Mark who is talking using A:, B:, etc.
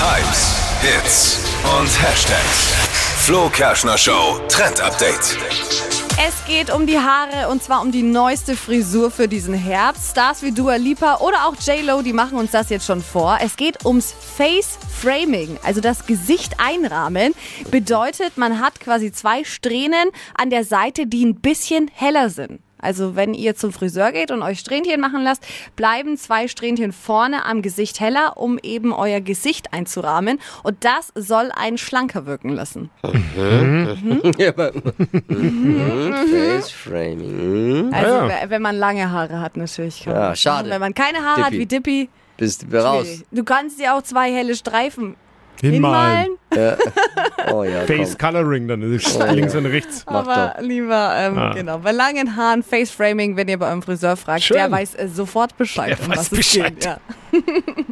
A: Hypes, Hits und Hashtags. Flo Kerschner Show Trend Update.
B: Es geht um die Haare und zwar um die neueste Frisur für diesen Herbst. Stars wie Dua Lipa oder auch J-Lo, die machen uns das jetzt schon vor. Es geht ums Face Framing, also das Gesicht einrahmen. Bedeutet, man hat quasi zwei Strähnen an der Seite, die ein bisschen heller sind. Also wenn ihr zum Friseur geht und euch Strähnchen machen lasst, bleiben zwei Strähnchen vorne am Gesicht heller, um eben euer Gesicht einzurahmen. Und das soll einen schlanker wirken lassen.
C: Ja, aber. Mm-hmm. Face Framing. Mm-hmm.
B: Also
D: ja.
B: we- wenn man lange Haare hat natürlich. Kann
C: Ja,
B: man das
C: schade.
B: machen. Wenn man keine Haare hat
C: Dippi.
B: wie Dippy,
C: Bist du raus?
B: schwierig. du kannst dir auch zwei helle Streifen
D: Hinmalen.
B: hinmalen,
C: Oh ja,
D: Face
C: komm.
D: Coloring, dann ist es links und rechts.
C: Mach
B: aber lieber ähm,
D: Ah.
B: genau bei langen Haaren Face Framing, wenn ihr bei eurem Friseur fragt,
D: Schön.
B: der weiß äh, sofort Bescheid,
D: Der weiß
B: es
D: Bescheid.
B: geht. Ja.